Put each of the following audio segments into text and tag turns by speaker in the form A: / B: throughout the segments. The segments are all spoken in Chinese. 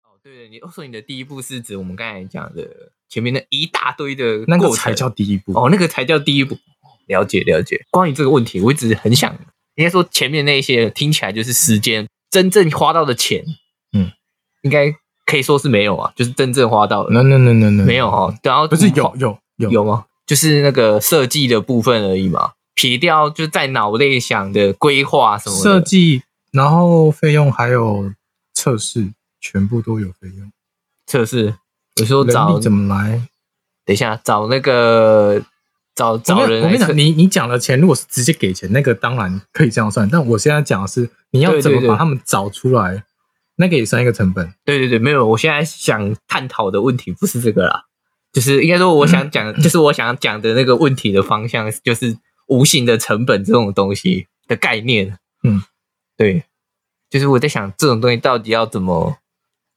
A: 哦对，你说你的第一步是指我们刚才讲的前面那一大堆的
B: 那个
A: 过
B: 才
A: 程
B: 叫第一步。
A: 哦，那个才叫第一步。了解了解。关于这个问题，我一直很想，应该说前面那些听起来就是时间，真正花到的钱，
B: 嗯，
A: 应该可以说是没有啊，就是真正花到的、
B: no no no no no，
A: 没有哈、哦。然后
B: 不是有有有
A: 有吗？就是那个设计的部分而已嘛，撇掉就在脑内想的规划什么的
B: 设计，然后费用还有测试，全部都有费用。
A: 测试。有时候
B: 人
A: 找
B: 力怎么来？
A: 等一下找那个找
B: 我
A: 找
B: 跟
A: 人
B: 我
A: 来
B: 跟你
A: 测
B: 讲，你你讲的钱如果是直接给钱，那个当然可以这样算。但我现在讲的是，你要
A: 对
B: 怎么
A: 对对
B: 把他们找出来，那个也算一个成本。
A: 对对对，没有，我现在想探讨的问题不是这个啦，就是应该说我想讲，就是我想讲的那个问题的方向，就是无形的成本这种东西的概念。
B: 嗯，
A: 对，就是我在想这种东西到底要怎么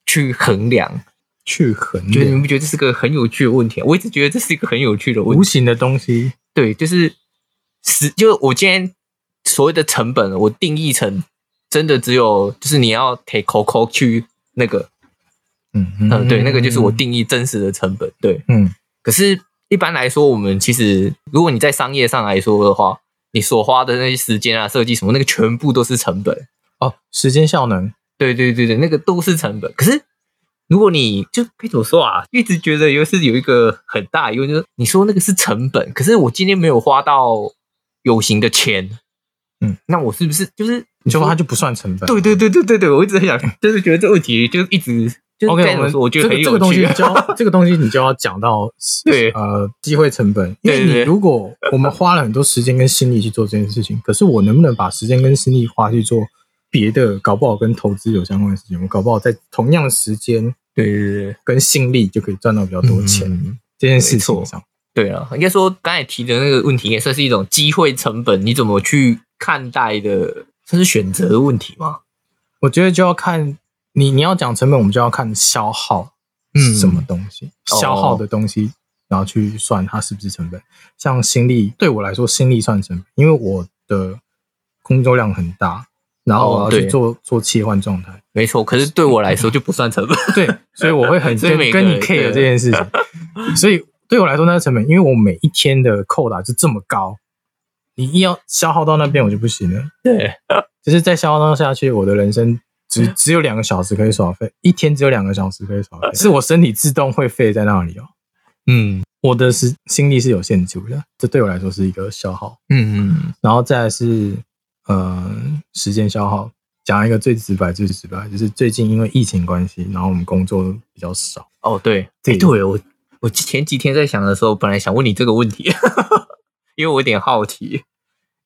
A: 去衡量，
B: 去衡
A: 就是你
B: 量
A: 们觉得这是个很有趣的问题啊？我一直觉得这是一个很有趣的问
B: 无
A: 题。
B: 形的东西，
A: 对，就是实，就是我今天所谓的成本，我定义成真的只有就是你要 take coco 去那个。
B: 嗯
A: 嗯，对，那个就是我，定义真实的成本。对，
B: 嗯，
A: 可是一般来说，我们其实如果你在商业上来说的话，你所花的那些时间啊、设计什么，那个全部都是成本。
B: 哦，时间效能，
A: 对对对对，那个都是成本。可是如果你就该怎么说啊？一直觉得有是有一个很大疑问，就是你说那个是成本，可是我今天没有花到有形的钱，
B: 嗯，
A: 那我是不是就是你
B: 就
A: 说
B: 它就不算成本。
A: 对对对对对对，我一直很想，就是觉得这个问题就一直就是该
B: OK，
A: 怎
B: 我
A: 么
B: 们
A: 说，我觉得
B: 这个
A: 很有趣。啊
B: 这个东西就要 这个东西你就要讲到
A: 对
B: 呃机会成本，因
A: 对
B: 为
A: 对
B: 你
A: 对
B: 如果我们花了很多时间跟心力去做这件事情，可是我能不能把时间跟心力花去做别的，搞不好跟投资有相关的事情，我搞不好在同样的时间
A: 对对对。
B: 跟心力就可以赚到比较多
A: 嗯
B: 钱、这件事情上。
A: 对啊，应该说刚才提的那个问题，也算是一种机会成本，你怎么去看待的，算是选择的问题吗？
B: 我觉得就要看你你要讲成本，我们就要看消耗是什么东西，
A: 嗯哦
B: 消耗的东西，然后去算它是不是成本。像心力对我来说，心力算成本，因为我的工作量很大，然后我要
A: 哦
B: 去
A: 对
B: 做、做切换状态，
A: 没错，可是对我来说就不算成本。
B: 对，所以我会很
A: 所以
B: 跟
A: 每个
B: 跟你
A: 人
B: care
A: 对
B: 这件事情，所以对我来说那是成本，因为我每一天的扣打就这么高，你一要消耗到那边我就不行了。
A: 对，
B: 就是再消耗下去，我的人生只
A: 嗯
B: 只有两个小时可以耍废，一天只有两个小时可以耍
A: 呃
B: 废，是我身体自动会废在那里哦。
A: 嗯
B: 我的是心力是有限度的，这对我来说是一个消耗。
A: 嗯
B: 然后再来是呃时间消耗，讲一个最直白最直白，就是最近因为疫情关系，然后我们工作比较少，
A: 哦对，
B: 对
A: 哎对我我前几天在想的时候，本来想问你这个问题， 因为我有点好奇，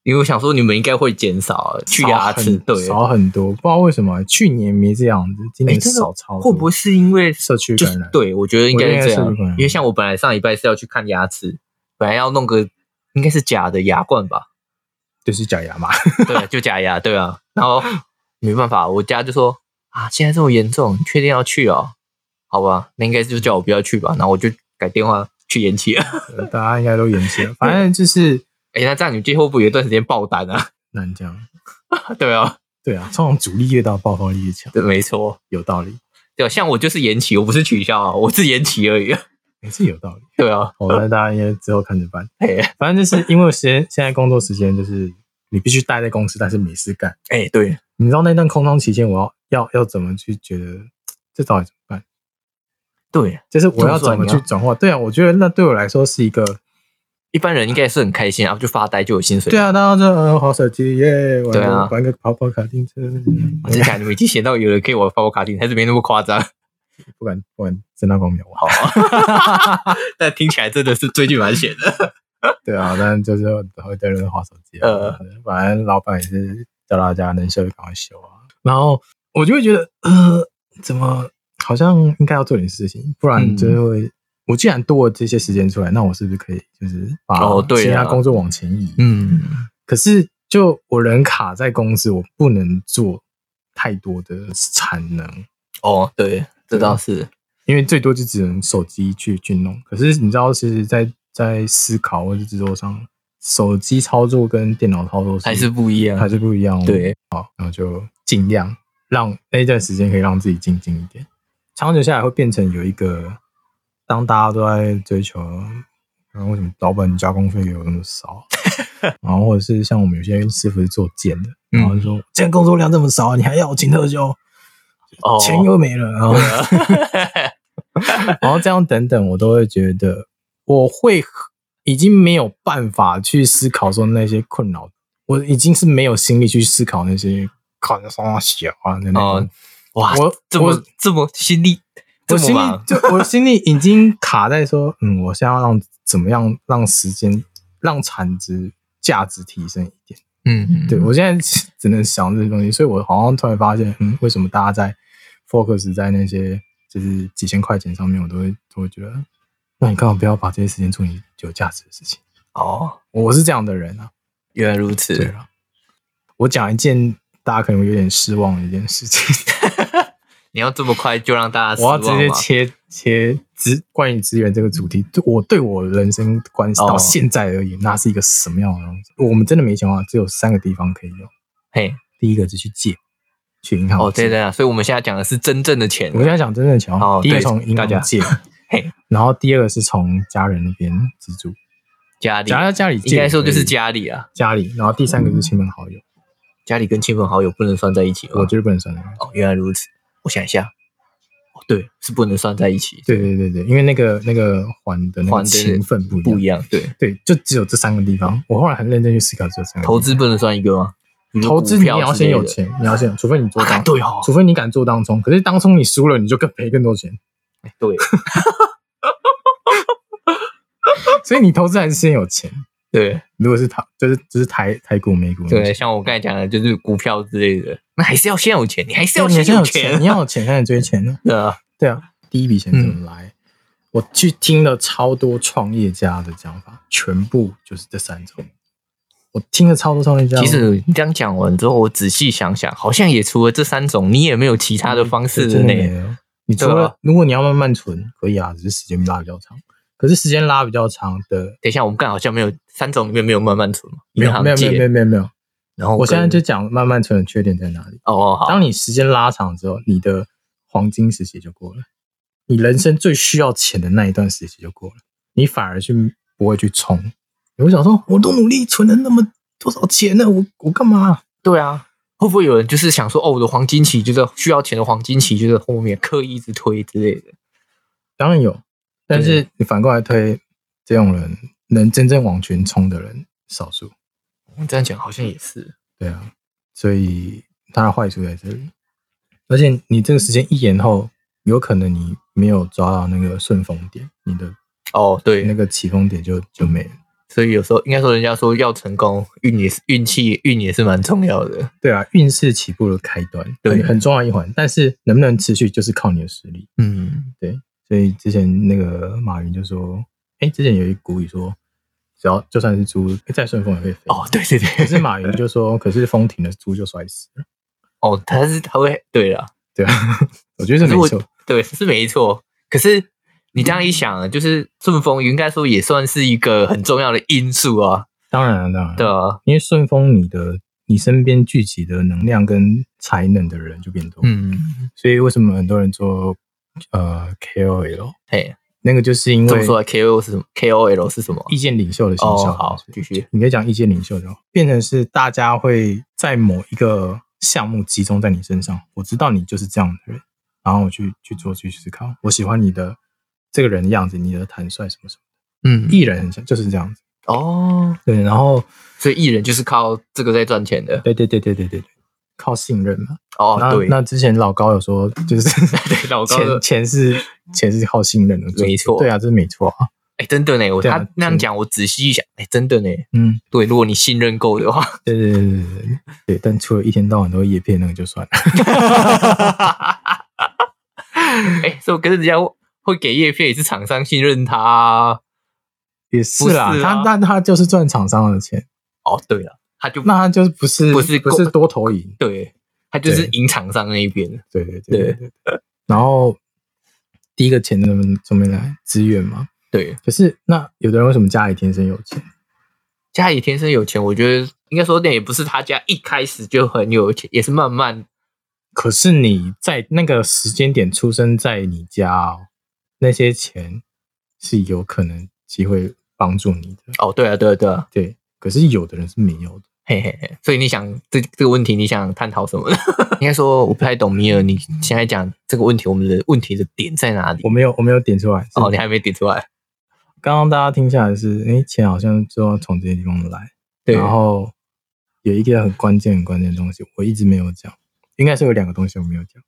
A: 因为我想说你们应该会减少去牙齿，
B: 少很
A: 对，
B: 少很多，不知道为什么去年没这样子，今
A: 哎
B: 年
A: 真的
B: 少超多，
A: 会不会是因为
B: 社区
A: 就
B: 感
A: 是
B: 染？
A: 对，我觉得应
B: 我
A: 该是
B: 觉得
A: 这
B: 是
A: 样
B: 有可能，
A: 因为像我本来上礼拜是要去看牙齿，本来要弄个应该是假的牙冠吧，
B: 就是假牙嘛。
A: 对，就假牙，对啊，然后没办法，我家就说啊，现在这么严重，你确定要去哦？好吧，那应该就叫我不要去吧，然后我就改电话去延期了。
B: 大家应该都延期了，反正就是
A: 哎，那这样你们最后会不会有一段时间爆单啊？
B: 难讲。
A: 对啊，
B: 对啊，通常主力越大，爆发力越强，
A: 对，没错，
B: 有道理，
A: 对啊，像我就是延期，我不是取消啊，我是延期而已。
B: 也是有道 理。
A: 对啊，
B: 我们大家应该之后看着办。
A: 哎
B: 反正就是因为时间，现在工作时间就是你必须待在公司，但是没事干。
A: 哎，对，
B: 你知道那段空窗期间，我要要要怎么去觉得嘖这到底怎么办？
A: 对，
B: 就是我要怎么
A: 怎么算
B: 去
A: 你
B: 转化？对啊，我觉得那对我来说是一个
A: 一般人应该是很开心啊，就发呆就有薪水。
B: 对啊，大家就呃滑手机耶，玩
A: 对啊嗯
B: 个玩个跑跑卡丁车，
A: 我在想，你们已经闲到有人可以玩发我卡丁，还是没那么夸张。
B: 不敢不敢正大光明啊玩。
A: 但听起来真的是最近蛮闲的。
B: 对 啊，但就是会对人划手机、啊，
A: 呃
B: 反正老板也是叫大家能修就赶快修啊。然后我就会觉得，呃，怎么好像应该要做点事情，不然就会、我既然多了这些时间出来，那我是不是可以就是把
A: 哦对啊
B: 其他工作往前移？
A: 嗯，
B: 可是就我人卡在公司，我不能做太多的产能，
A: 哦，对，这倒是。
B: 因为最多就只能手机去去弄。可是你知道，其实在在思考或者制作上，手机操作跟电脑操作
A: 还是不一样
B: 还是嗯不一样。哦
A: 对，
B: 好，然后就尽量让那段时间可以让自己静静一点。长久下来会变成有一个，当大家都在追求，然后为什么老板加工费给我那么少， 然后或者是像我们有些师傅是做剑的，然后就
A: 嗯
B: 说现在工作量这么少，你还要我请特休，
A: 哦
B: 钱又没了，然 后
A: 对
B: 啊然后这样等等，我都会觉得我会已经没有办法去思考说那些困扰，我已经是没有心力去思考那些看啥小啊那种。
A: 哦哇，
B: 我
A: 这
B: 我
A: 么这么心力，这
B: 我
A: 么
B: 心里
A: 忙
B: 就我心里已经卡在说，嗯，我现在要让怎么样让时间让产值价值提升一点。
A: 嗯，嗯
B: 对，我现在 只能想这些东西，所以我好像突然发现，嗯，为什么大家在 focus 在那些就是几千块钱上面，我都会都会觉得，那你干嘛不要把这些时间做你有价值的事情？
A: 哦，
B: 我是这样的人啊，
A: 原来如
B: 对
A: 此，
B: 了，我讲一件大家可能会有点失望的一件事情，
A: 你要这么快就让大家失
B: 我要
A: 望
B: 直接
A: 吗
B: 切切资关于资源这个主题，对我对我人生关系到
A: 哦
B: 现在而言，那是一个什么样的东西？我们真的没钱花，只有三个地方可以用，
A: 嘿，
B: 第一个是去借，去银行
A: 哦，
B: 借
A: 对对啊，所以我们现在讲的是真正的钱
B: 我，现在讲真正的钱
A: 哦，
B: 第一个
A: 对
B: 从银
A: 大家
B: 行借，
A: 嘿，
B: 然后第二个是从家人那边资助，
A: 家里
B: 假如要家里借，
A: 应该说就是家嗯里啊，
B: 家里，然后第三个是亲朋好友，
A: 家里跟亲朋好友不能算在一起吗，
B: 我觉得不能算那个。
A: 哦，原来如此，我想一下，哦，对，是不能算在一起，
B: 对对对对，因为那个那个还的那
A: 还
B: 个
A: 的
B: 情分不
A: 不
B: 一
A: 一
B: 样，
A: 样，对，
B: 对，就只有这三个地方。我后来很认真去思考这三个地方
A: 投资不能算一个吗？比如
B: 投资
A: 股
B: 你
A: 票
B: 要
A: 之
B: 先
A: 类
B: 有
A: 的，
B: 钱，你要先有，除非你做
A: 啊
B: 当，
A: 对哦，
B: 除非你敢做当冲，可是当冲你输了你就更赔更多钱，
A: 对
B: 所以你投资还是先有钱。
A: 对
B: 如果是台，就是就是台台股、美股那些，
A: 对，像我刚才讲的，就是股票之类的，那还是要先有钱，你还是
B: 对，
A: 要
B: 你先
A: 有
B: 有钱，你要有钱才能追钱呢。
A: 的，
B: 对啊，第一笔钱怎么来？我去听了超多创业家的讲法，全部就是这三种。我听了超多创业家，
A: 其实你这样讲完之后，我仔细想想，好像也除了这三种，你也没有其他的方式了
B: 嗯真的没
A: 呢。
B: 有。你除
A: 对
B: 了、
A: 啊
B: 如果你要慢慢存，可以啊，只是时间拉比较长。可是时间拉比较长的，
A: 等一下，我们刚好像没有三种里面没有慢慢存嘛，
B: 没
A: 银
B: 有
A: 行
B: 没有没
A: 借哦
B: 有没有没有没有。
A: 然后
B: 我现在
A: 跟
B: 就讲慢慢存的缺点在哪里。
A: 哦哦好，
B: 当你时间拉长之后，你的黄金时期就过了，你人生最需要钱的那一段时期就过了，你反而去不会去冲。你会想说，我都努力存了那么多少钱呢？我我干嘛？
A: 对啊，会不会有人就是想说，哦，我的黄金期就是需要钱的黄金期就是后面刻意一直推之类的？
B: 当然有，但是你反过来推，这种人能真正往前冲的人少数。哦
A: 我这样讲好像也是，
B: 对啊，所以它的坏处在这里。而且你这个时间一延后，有可能你没有抓到那个顺风点，你的
A: 哦
B: 那
A: 对，
B: 个起风点就就没了。
A: 所以有时候应该说，人家说要成功，运也是运气，运也是蛮重要的。
B: 对啊，运势起步的开端，
A: 对
B: 很很重要一环。但是能不能持续，就是靠你的实力。
A: 嗯，
B: 所以之前那个马云就说，哎、之前有一股语说，只要就算是猪再顺风也会飞。
A: 哦，对对
B: 可
A: 对，
B: 是马云就说，可是风停了，猪就摔死了。
A: 哦，他是他会对了，
B: 对啊， 我觉得这
A: 可
B: 没
A: 是
B: 错
A: 我。对是没错，可是。你这样一想，就是顺风应该说也算是一个很重要的因素啊，
B: 当然了，当然了
A: 对啊，
B: 因为顺风你的你身边聚集的能量跟才能的人就变多，，
A: 嗯，
B: 所以为什么很多人做呃 KOL
A: 嘿，
B: 那个就是因
A: 这么
B: 为
A: 说来，KOL 是什么？KOL 是什么？
B: 意见领袖的形象、
A: 哦，好，继续，
B: 你可以讲意见领袖的话，变成是大家会在某一个项目集中在你身上，我知道你就是这样的人，然后我去去做去思考，我喜欢你的这个人的样子，你的坦率什么什么，
A: 嗯，
B: 艺人很像就是这样子，
A: 哦，
B: 对，然后
A: 所以艺人就是靠这个在赚钱的。
B: 对对对对对对对，靠信任嘛。
A: 哦，
B: 那
A: 对，
B: 那之前老高有说，就是
A: 对老高
B: 钱
A: 的
B: 钱是钱是靠信任的，
A: 没错
B: 对啊，这是没错啊。
A: 哎，真的呢，我
B: 对啊
A: 他那样
B: 对
A: 讲，我仔细一想，哎，真的呢，
B: 嗯，
A: 对，如果你信任够的话，
B: 对对对对对对对，但除了一天到晚都叶片那个就算了，
A: 哎，所以可是人家会给叶片也是厂商信任他啊。
B: 也是啦
A: 不。是啊
B: 他但他就是赚厂商的钱，
A: 哦，对了，他就
B: 那他就是不是
A: 不是
B: 不是多投影，
A: 对，他就是
B: 对
A: 赢厂商那一边。
B: 对对对对对。对然后第一个钱怎么怎么来资源嘛？
A: 对，
B: 可是那有的人为什么家里天生有钱？
A: 家里天生有钱，我觉得应该说那也不是他家一开始就很有钱，也是慢慢
B: 可是你在那个时间点出生在你家、哦，那些钱是有可能机会帮助你的。
A: 哦，对啊，对啊，对啊，
B: 对，可是有的人是没有的。
A: 嘿嘿嘿。所以你想这这个问题，你想探讨什么呢？ 应该说我不太懂米尔，你现在讲这个问题，我们的问题的点在哪里
B: 我？没有，我没有点出来。
A: 哦，你
B: 看，
A: 还没点出来。
B: 刚刚大家听下来是，哎，钱好像就要从这些地方来。
A: 对，
B: 然后有一个很关键、很关键的东西，我一直没有讲，应该是有两个东西我没有讲。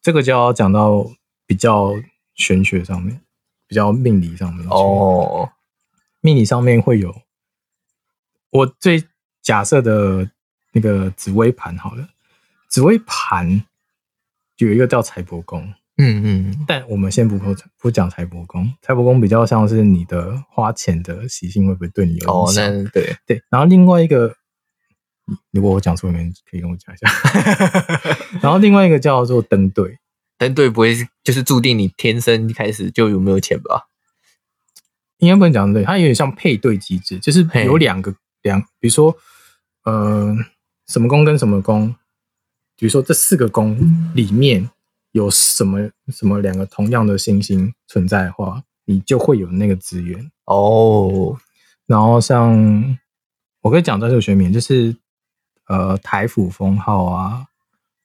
B: 这个就要讲到比较玄学上面，比较命理上面去。
A: 哦，
B: 命理上面会有我最假设的那个紫微盘好了，紫微盘有一个叫财帛宫，
A: 嗯嗯，
B: 但我们先不不不讲财帛宫，财帛宫比较像是你的花钱的习性会不会对你有
A: 哦
B: 影，响？
A: 那对，
B: 对，然后另外一个，如果我讲错，你们可以跟我讲一下。然后另外一个叫做登对，
A: 但对不会是就是注定你天生一开始就有没有钱吧？
B: 应该不能讲对，它有点像配对机制，就是
A: 嘿
B: 有两个两，比如说呃什么宫跟什么宫，比如说这四个宫里面有什么什么两个同样的星星存在的话，你就会有那个资源。
A: 哦，
B: 然后像我可以讲专属学名，就是呃台府封号啊，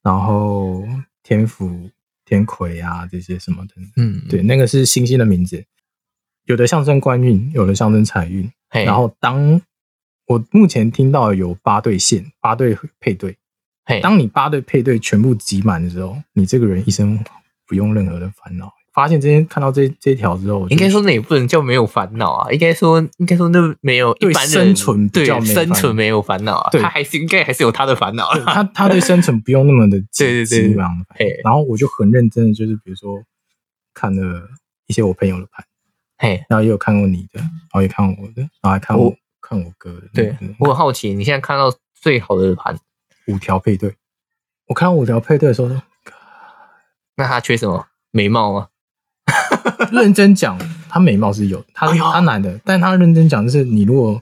B: 然后天府天魁啊这些什么的，
A: 嗯，
B: 对，，那个是星星的名字，有的象征官运，有的象征财运。
A: 嘿，
B: 然后当我目前听到有八对线，八对配对，
A: 嘿，
B: 当你八对配对全部集满的时候，你这个人一生不用任何的烦恼。发现这些看到这这一条之后，我就
A: 应该说那也不能叫没有烦恼啊，应该说应该说那没有
B: 对
A: 一般人
B: 生存比
A: 对
B: 较没烦
A: 生
B: 恼
A: 存没有烦恼啊，
B: 对
A: 他还是应该还是有他的烦恼
B: 对
A: 啦。
B: 他他对生存不用那么的 急
A: 对对对
B: 急忙
A: 嘿
B: 然后我就很认真的，就是比如说看了一些我朋友的盘，
A: 嘿，
B: 然后也有看过你的，然后也看我的，然后还看我
A: 我
B: 看我哥的，
A: 对嗯我很好奇，你现在看到最好的盘，
B: 五条配对，我看到五条配对的时候，
A: 那他缺什么？眉毛吗？
B: 认真讲，他美貌是有，他
A: 哎呦
B: 他男的，但他认真讲，就是你如果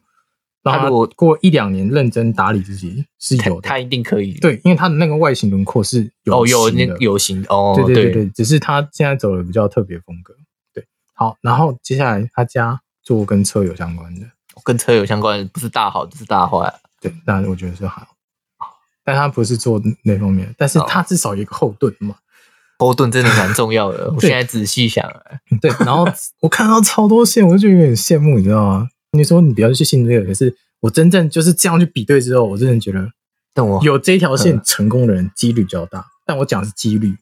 B: 让
A: 他
B: 他
A: 如果
B: 过一两年认真打理自己是
A: 他
B: 有
A: 他
B: 的，
A: 一定可以。，
B: 对，因为他的那个外形轮廓是
A: 哦，有
B: 型
A: 那
B: 的
A: 有型的哦，
B: 对对对
A: 对，
B: 对，只是他现在走的比较特别风格。对，好，然后接下来他家做跟车有相关的，
A: 跟车有相关的，不是 大好就是大坏啊。
B: 对，那我觉得是还好。但他不是做那方面，
A: 哦
B: 但是他至少有一个后盾嘛。
A: 后盾真的蛮重要的，我现在仔细想来，
B: 对，然 后我看到超多线，我就觉得有点羡慕，你知道吗？你说你不要去信这个，可是我真正就是这样去比对之后，我真的觉得
A: 但我
B: 有这条
A: 嗯
B: 线成功的人几率比较大。但我讲的是几率，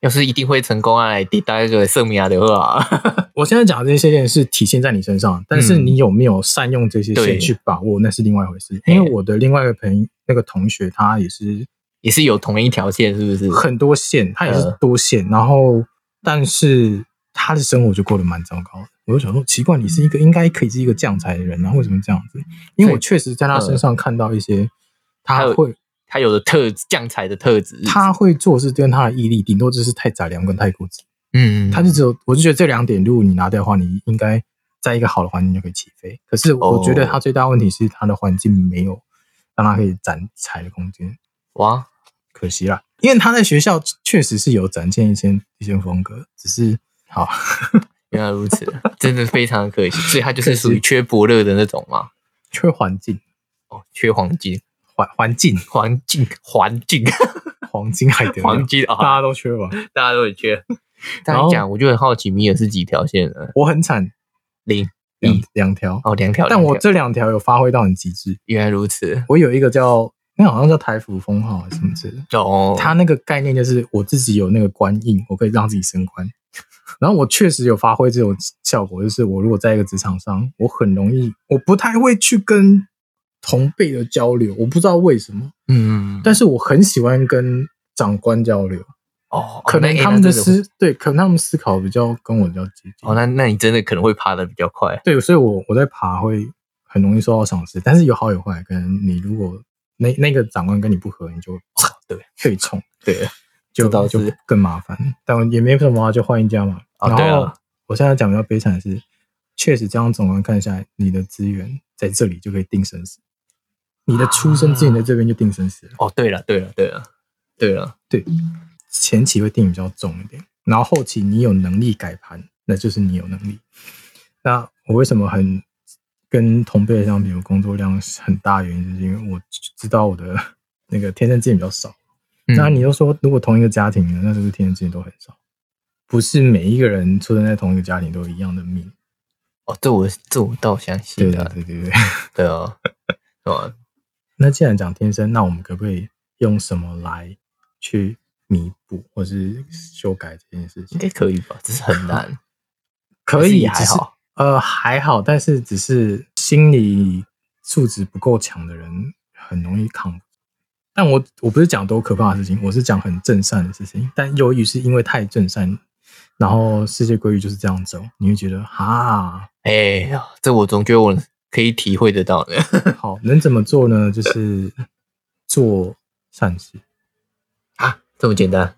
A: 要是一定会成功啊，来抵达一个圣米亚的话，
B: 我现在讲的这些人是体现在你身上，但是
A: 嗯
B: 你有没有善用这些
A: 对
B: 线去把握，那是另外一回事。
A: 嘿
B: 因为我的另外一个朋那个同学，他也是
A: 也是有同一条线，是不是？
B: 很多线，他也是
A: 嗯
B: 多线，然后但是他的生活就过得蛮糟糕的。我就想说，奇怪，你是一个应该可以是一个这样才的人，然后啊为什么这样子？因为我确实在
A: 嗯
B: 他身上看到一些，
A: 还
B: 他
A: 有
B: 会
A: 他有的特质，将才的特质，
B: 他会做事跟他的毅力，顶多就是太杂粮跟太固执。
A: 嗯，
B: 他就只有，我就觉得这两点，如果你拿掉的话，你应该在一个好的环境就可以起飞。可是
A: 哦
B: 我觉得他最大的问题是他的环境没有让他可以展财的空间，
A: 哇，
B: 可惜啦。因为他在学校确实是有展现一些一些风格，只是好
A: 原来如此， 真的非常可惜。所以他就是
B: 可惜
A: 属于缺伯乐的那种嘛，
B: 缺环境，
A: 哦，缺黄金，
B: 环环境
A: 环境，环境，
B: 黄金 还得了
A: 黄，金
B: 大
A: 啊，
B: 家都缺吧？
A: 大家都很缺。这
B: 然后
A: 样讲，我就很好奇，米尔是几条线呢？
B: 我很惨，
A: 零
B: 两
A: 一
B: 两条，
A: 哦，两条。
B: 但
A: 两
B: 我
A: 条
B: 这两条有发挥到很极致。
A: 原来如此
B: 我有一个叫那好像叫台服封号还是什么之类的。
A: 哦，
B: 他那个概念就是我自己有那个官印，我可以让自己升官。 然后我确实有发挥这种效果，就是我如果在一个职场上，我很容易，我不太会去跟同辈的交流，我不知道为什么，
A: 嗯，
B: 但是我很喜欢跟长官交流，
A: 哦，
B: 可能
A: 那
B: 他们的
A: 那真会
B: 思对，可能他们思考比较跟我比较接近。
A: 哦，那那你真的可能会爬的比较快。
B: 对，所以我我在爬会很容易受到赏识，但是有好有坏，可能你如果那那个长官跟你不合，你就
A: 哦对
B: 对冲。
A: 对，
B: 就
A: 这倒
B: 就是更麻烦。但我也没什么啊，就换一家嘛。
A: 啊
B: 然
A: 对
B: 后
A: 啊
B: 我现在讲比较悲惨的是，确实这样总观看下来，你的资源在这里就可以定生死，你的出生资源在这边就定生死了。
A: 哦，对了，对了，对了，对了，
B: 前期会定比较重一点，然后后期你有能力改盘，那就是你有能力。那我为什么很跟同辈相比，我工作量很大，原因就是因为我知道我的那个天生资源比较少。
A: 嗯
B: 那你又说，如果同一个家庭，那是不是天生资源都很少？不是每一个人出生在同一个家庭都有一样的命。
A: 哦，这我这我倒相信
B: 对对
A: 的，
B: 对对对。
A: 对啊，对啊，
B: 那既然讲天生，那我们可不可以用什么来去弥补或是修改这件事
A: 应
B: 情？
A: 该可以吧？只是很难，
B: 可
A: 嗯还
B: 以，
A: 是也还
B: 只是
A: 好。
B: 呃，还好，但是只是心理素质不够强的人很容易扛不住。但我我不是讲多可怕的事情，我是讲很正善的事情。但由于是因为太正善，然后世界规律就是这样走，你会觉得哈，
A: 哎呀，这我总觉得我可以体会得到 的。
B: 好，能怎么做呢？就是做善事，
A: 啊，这么简单？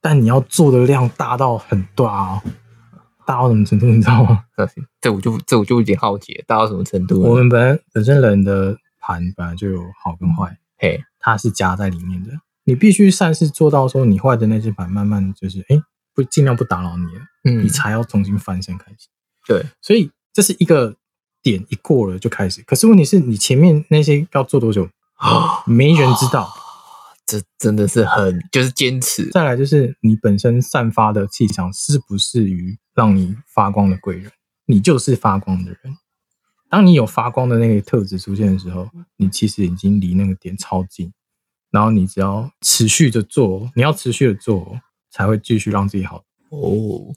B: 但你要做的量大到很大哦，大到什么程度，你知道吗？
A: 这我就这我就有点好奇了，大到什么程度
B: 我
A: 呢？
B: 们本来本身人的盘本来就有好跟坏，
A: 嘿，
B: 它是夹在里面的。你必须善事做到说，你坏的那些盘慢慢就是哎、诶不尽量不打扰你了，
A: 嗯
B: 你，才要重新翻身开始。
A: 对，
B: 所以这是一个点一过了就开始。可是问题是你前面那些要做多久，
A: 啊，
B: 没人知道。
A: 这真的是很就是坚持，
B: 再来就是你本身散发的气场是不是于让你发光的贵人，你就是发光的人。当你有发光的那个特质出现的时候，你其实已经离那个点超近，然后你只要持续的做，你要持续的做，才会继续让自己好。
A: 哦，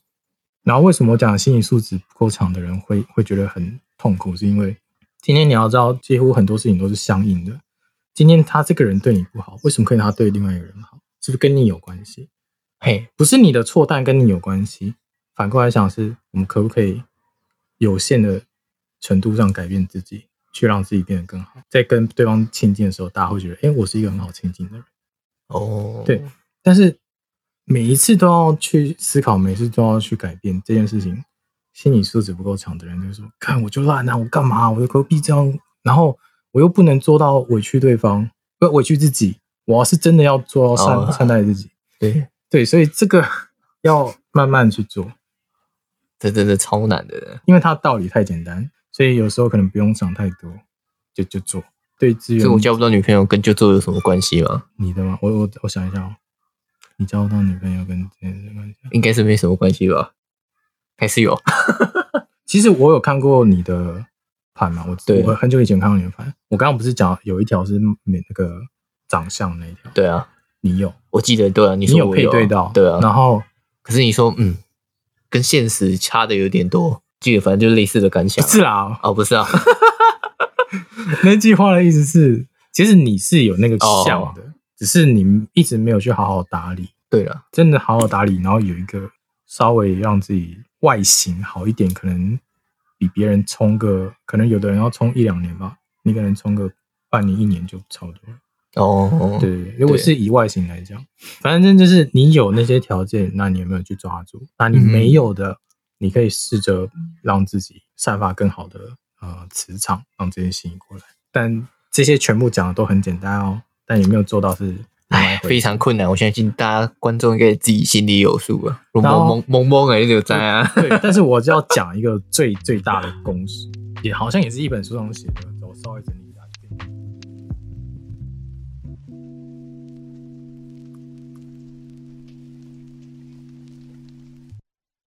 B: 然后为什么我讲心理素质不够强的人会会觉得很痛苦，是因为今天你要知道，几乎很多事情都是相应的。今天他这个人对你不好，为什么可以他对另外一个人好？是不是跟你有关系？
A: 嘿，
B: 不是你的错，但跟你有关系。反过来想是，我们可不可以有限的程度上改变自己，去让自己变得更好？在跟对方亲近的时候，大家会觉得，哎、我是一个很好亲近的人。
A: 哦，
B: 对，但是每一次都要去思考，每一次都要去改变这件事情。心理素质不够强的人就说：“看我就烂啊，我干嘛？我就何必这样？然后我又不能做到委屈对方，不委屈自己。我要是真的要做到善、
A: 哦
B: 善待自己，
A: 对，
B: 对，所以这个 要慢慢去做，
A: 这真的超难的，
B: 因为它道理太简单，所以有时候可能不用想太多，就就做。对资源
A: 所以，我交不到女朋友跟就做有什么关系吗？
B: 你的吗？我我我想一下哦，你交到女朋友跟这件事有关系吗？啊
A: 应该是没什么关系吧？还是有？
B: 其实我有看过你的盘嘛，我
A: 对
B: 我很久以前看过你的盘，我刚刚不是讲有一条是美那个长相那一条，
A: 对啊，
B: 你有
A: 我记得对啊，你
B: 你
A: 说我
B: 配
A: 啊
B: 对到，
A: 对啊，
B: 然后
A: 可是你说，嗯，跟现实差的有点多，记得反正就是类似的感
B: 不
A: 想。
B: 是啦，
A: 哦，不是啊，
B: 那句话的意思是，其实你是有那个像的，
A: 哦
B: 只是你一直没有去好好打理，
A: 对了，
B: 真的好好打理，然后有一个稍微让自己外形好一点，可能比别人冲个，可能有的人要冲一两年吧，你可能冲个半年一年就差不多了。
A: 哦，
B: 对，对对，如果是以外形来讲，反正就是你有那些条件，那你有没有去抓住？那你没有的，你可以试着让自己散发更好的呃磁场，让这些吸引过来。但这些全部讲的都很简单哦，但有没有做到是另外一
A: 哎，
B: 回
A: 非
B: 事
A: 常困难，我相信大家观众应该自己心里有数吧。懵
B: 然后
A: 懵懵懵哎，就在啊，
B: 对。但是我就要讲一个最最大的公式，也好像也是一本书上写的，我稍微整理。